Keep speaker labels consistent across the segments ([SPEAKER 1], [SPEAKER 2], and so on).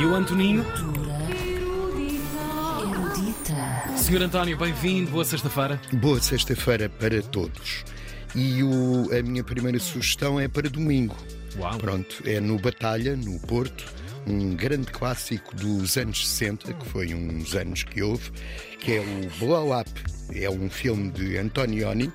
[SPEAKER 1] E o Antoninho?
[SPEAKER 2] Erudita.
[SPEAKER 1] Senhor António, bem-vindo, boa sexta-feira.
[SPEAKER 3] Boa sexta-feira para todos. E o- a minha primeira sugestão é para domingo.
[SPEAKER 1] Uau.
[SPEAKER 3] Pronto, é no Batalha, no Porto, um grande clássico dos anos 60, que foi uns anos que houve, que é o Blow Up. É um filme de Antonioni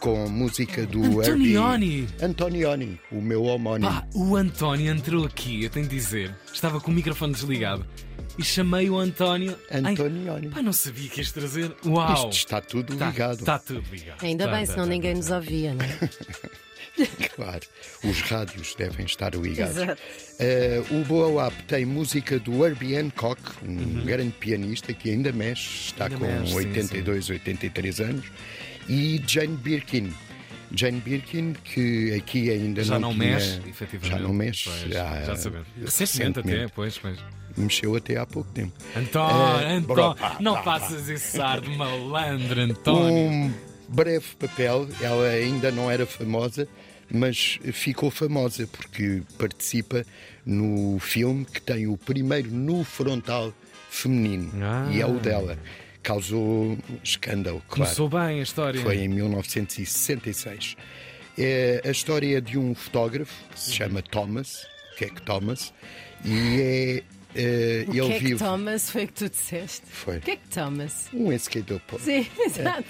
[SPEAKER 3] com música do Herbie-
[SPEAKER 1] Antonioni?
[SPEAKER 3] Antonioni, o meu homónimo.
[SPEAKER 1] Pá, o António entrou aqui, eu tenho de dizer, estava com o microfone desligado e chamei o António. Ai,
[SPEAKER 3] Antonioni.
[SPEAKER 1] Pá, não sabia que ias trazer. Uau!
[SPEAKER 3] Isto está tudo
[SPEAKER 1] Tá-
[SPEAKER 3] ligado.
[SPEAKER 1] Está tudo ligado.
[SPEAKER 2] Ainda
[SPEAKER 1] Tá,
[SPEAKER 2] bem,
[SPEAKER 1] tá,
[SPEAKER 2] senão
[SPEAKER 1] tá,
[SPEAKER 2] ninguém
[SPEAKER 1] tá,
[SPEAKER 2] nos
[SPEAKER 1] tá.
[SPEAKER 2] ouvia, não é?
[SPEAKER 3] Claro, os rádios devem estar ligados.
[SPEAKER 2] Exato.
[SPEAKER 3] Eh, o Blow Up tem música do Herbie Hancock, um grande pianista que ainda mexe, está
[SPEAKER 1] Uhum. Ainda
[SPEAKER 3] com
[SPEAKER 1] mexe, sim,
[SPEAKER 3] 82, 83 anos, e Jane Birkin. Jane Birkin, que aqui ainda
[SPEAKER 1] Já
[SPEAKER 3] não,
[SPEAKER 1] não
[SPEAKER 3] tinha-
[SPEAKER 1] mexe, efetivamente.
[SPEAKER 3] Já não mexe.
[SPEAKER 1] Pois,
[SPEAKER 3] já, é
[SPEAKER 1] já sabemos. Recentemente até, pois, pois.
[SPEAKER 3] Mexeu até há pouco tempo.
[SPEAKER 1] António,
[SPEAKER 3] Eh,
[SPEAKER 1] António,
[SPEAKER 3] bro, pá,
[SPEAKER 1] não
[SPEAKER 3] pá,
[SPEAKER 1] passas esse ar de malandro, António.
[SPEAKER 3] Um breve papel, ela ainda não era famosa, mas ficou famosa porque participa no filme que tem o primeiro nu frontal feminino
[SPEAKER 1] Ah.
[SPEAKER 3] e é o dela. Causou escândalo, claro.
[SPEAKER 1] Começou bem a história.
[SPEAKER 3] Foi em 1966. É a história de um fotógrafo que se chama Thomas, que é que Thomas, e é. eh,
[SPEAKER 2] O
[SPEAKER 3] ele
[SPEAKER 2] que é que
[SPEAKER 3] vive.
[SPEAKER 2] Thomas foi que tu disseste?
[SPEAKER 3] Foi.
[SPEAKER 2] O que é que Thomas?
[SPEAKER 3] Um esquerdopo.
[SPEAKER 2] Sim, exato.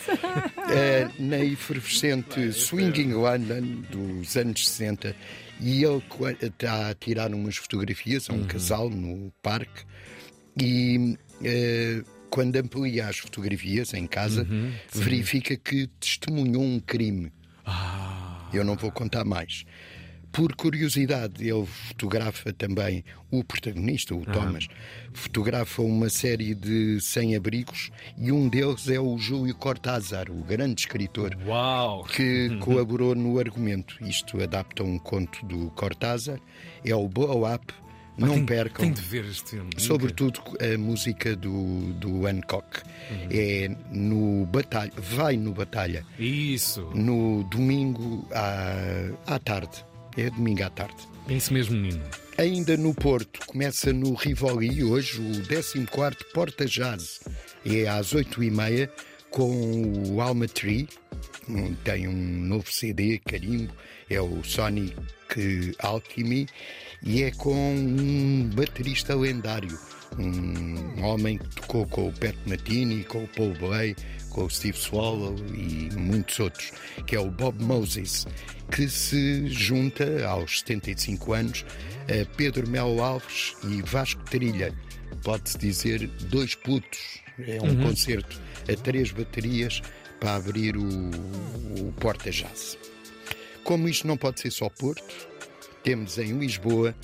[SPEAKER 3] eh, na efervescente Swinging London dos anos 60 e ele co- está a tirar umas fotografias a um casal no parque e eh, quando amplia as fotografias em casa verifica que testemunhou um crime. Eu não vou contar mais. Por curiosidade, ele fotografa também o protagonista, o Thomas, fotografa uma série de sem-abrigos e um deles é o Júlio Cortázar, o grande escritor
[SPEAKER 1] Uau!
[SPEAKER 3] que colaborou no argumento. Isto adapta um conto do Cortázar, é o Blow Up, não
[SPEAKER 1] Tem-
[SPEAKER 3] percam.
[SPEAKER 1] Tem de ver este filme.
[SPEAKER 3] Sobretudo a música do, do Hancock.
[SPEAKER 1] Uhum.
[SPEAKER 3] É no Batalha, vai no Batalha,
[SPEAKER 1] Isso.
[SPEAKER 3] no domingo à, à tarde. É domingo à tarde.
[SPEAKER 1] É isso mesmo, menino.
[SPEAKER 3] Ainda no Porto, começa no Rivoli hoje o 14 Porta Jazz. É às 8h30 com o Alma Tree. Hum, Tem um novo CD, carimbo, é o Sonic Alchemy e é com um baterista lendário. Um homem que tocou com o Pat Matini, com o Paul Bley, com o Steve Swallow e muitos outros, que é o Bob Moses, que se junta aos 75 anos a Pedro Melo Alves e Vasco Trilha. Pode-se dizer dois putos. É um concerto a três baterias para abrir o, o Porta Jazz. Como isto não pode ser só Porto, temos em Lisboa,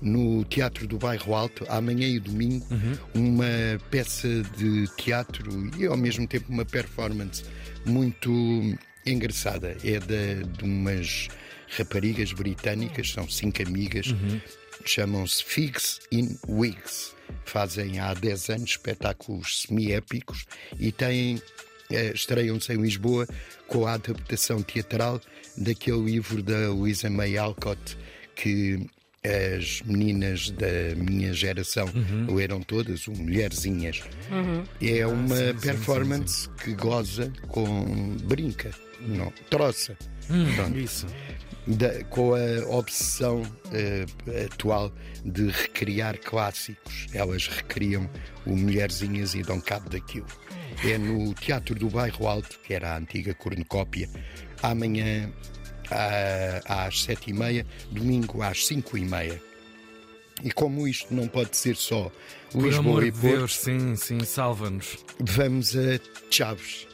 [SPEAKER 3] no Teatro do Bairro Alto, amanhã e domingo, uma peça de teatro e ao mesmo tempo uma performance muito engraçada. É da- de umas raparigas britânicas, são cinco amigas, chamam-se Figs in Wigs. Fazem há 10 anos espetáculos semi-épicos e têm eh, estreiam-se em Lisboa com a adaptação teatral daquele livro da Luísa May Alcott que as meninas da minha geração
[SPEAKER 1] Uhum.
[SPEAKER 3] leram todas, o Mulherzinhas. É uma
[SPEAKER 1] Ah, sim, sim,
[SPEAKER 3] performance que goza com brinca, não, troça.
[SPEAKER 1] Hum.
[SPEAKER 3] Pronto
[SPEAKER 1] Isso.
[SPEAKER 3] da- com a obsessão eh, atual de recriar clássicos. Elas recriam o Mulherzinhas e dão cabo daquilo. É no Teatro do Bairro Alto, que era a antiga cornucópia, amanhã ah, às sete e meia, domingo às cinco e meia. E como isto não pode ser só
[SPEAKER 1] Por
[SPEAKER 3] Lisboa
[SPEAKER 1] amor
[SPEAKER 3] e
[SPEAKER 1] de
[SPEAKER 3] Porto,
[SPEAKER 1] Deus, sim, sim, salva-nos.
[SPEAKER 3] vamos a Chaves,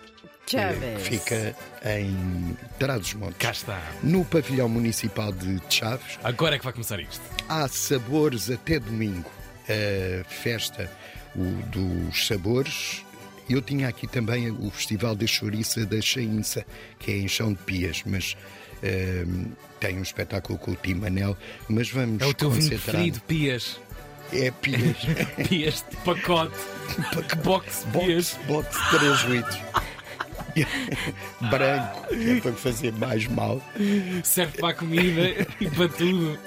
[SPEAKER 3] que
[SPEAKER 2] Chaves.
[SPEAKER 3] fica em Trás-os-Montes.
[SPEAKER 1] Cá está.
[SPEAKER 3] No pavilhão municipal de Chaves,
[SPEAKER 1] Agora é que vai começar isto.
[SPEAKER 3] Há sabores até domingo. A festa o- dos sabores. Eu tinha aqui também o Festival da Chouriça da Chainça, que é em Chão de Pias, mas ehm, tem um espetáculo com o Tim Manel. Mas vamos
[SPEAKER 1] É o teu vinho
[SPEAKER 3] concentrar.
[SPEAKER 1] preferido, Pias.
[SPEAKER 3] É Pias.
[SPEAKER 1] Pias de pacote. Box
[SPEAKER 3] box,
[SPEAKER 1] Pias.
[SPEAKER 3] box 3 litros. Branco, que é para fazer mais mal.
[SPEAKER 1] Serve para a comida e para tudo.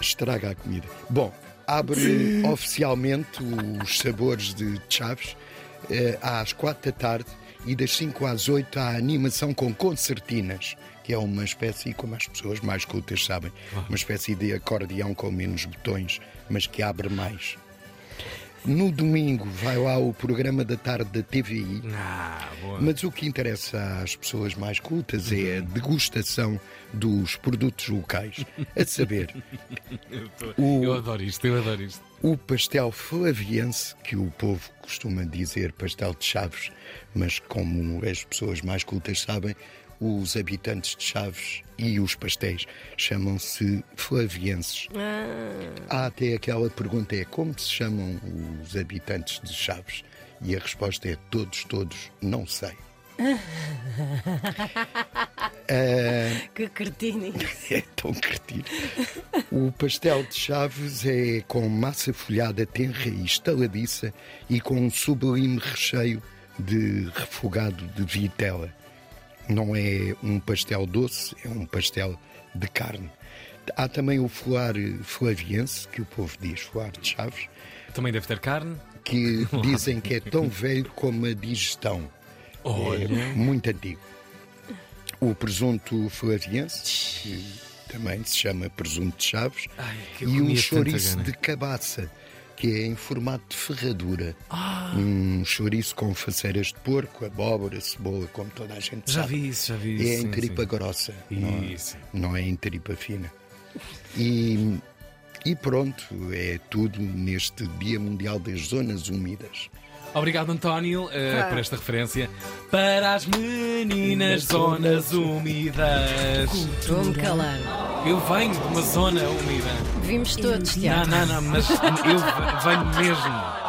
[SPEAKER 3] Estraga a comida. Bom, abre oficialmente os sabores de Chaves eh, às quatro da tarde e das 5 às 8 há a animação com concertinas, que é uma espécie, como as pessoas mais cultas sabem, uma espécie de acordeão com menos botões, mas que abre mais. No domingo vai lá o programa da tarde da TVI,
[SPEAKER 1] Ah, boa.
[SPEAKER 3] mas o que interessa às pessoas mais cultas é a degustação dos produtos locais. A saber,
[SPEAKER 1] Eu tô-
[SPEAKER 3] o-
[SPEAKER 1] Eu adoro isto, eu adoro isto.
[SPEAKER 3] o pastel flaviense, que o povo costuma dizer pastel de Chaves, mas como as pessoas mais cultas sabem, os habitantes de Chaves e os pastéis chamam-se flavienses. Há até aquela pergunta: é como se chamam os habitantes de Chaves? E a resposta é: todos, todos, não sei.
[SPEAKER 2] Que cretino.
[SPEAKER 3] É tão cretino. O pastel de Chaves é com massa folhada tenra e estaladiça e com um sublime recheio de refogado de vitela. Não é um pastel doce, é um pastel de carne. Há também o folar flaviense, que o povo diz folar de Chaves,
[SPEAKER 1] Também deve ter carne.
[SPEAKER 3] que dizem que é tão velho como a digestão.
[SPEAKER 1] Olha.
[SPEAKER 3] É muito antigo. O presunto flaviense, que também se chama presunto de Chaves,
[SPEAKER 1] Ai, que eu
[SPEAKER 3] e um
[SPEAKER 1] comia tanta
[SPEAKER 3] chouriço
[SPEAKER 1] gana.
[SPEAKER 3] de cabaça, que é em formato de ferradura.
[SPEAKER 1] Ah.
[SPEAKER 3] Um chouriço com faceiras de porco, abóbora, cebola, como toda a gente
[SPEAKER 1] Já
[SPEAKER 3] sabe.
[SPEAKER 1] vi isso, já vi isso.
[SPEAKER 3] É
[SPEAKER 1] sim,
[SPEAKER 3] em tripa
[SPEAKER 1] sim.
[SPEAKER 3] grossa, não é-
[SPEAKER 1] Isso.
[SPEAKER 3] não é em tripa fina. E, e pronto, é tudo neste Dia Mundial das Zonas Úmidas.
[SPEAKER 1] Obrigado, António, eh,
[SPEAKER 2] Claro.
[SPEAKER 1] por esta referência. Para as meninas, zonas úmidas.
[SPEAKER 2] Vou-me calar.
[SPEAKER 1] Eu venho de uma zona úmida.
[SPEAKER 2] Vimos todos, Tiago.
[SPEAKER 1] Não, não, não, mas eu venho mesmo.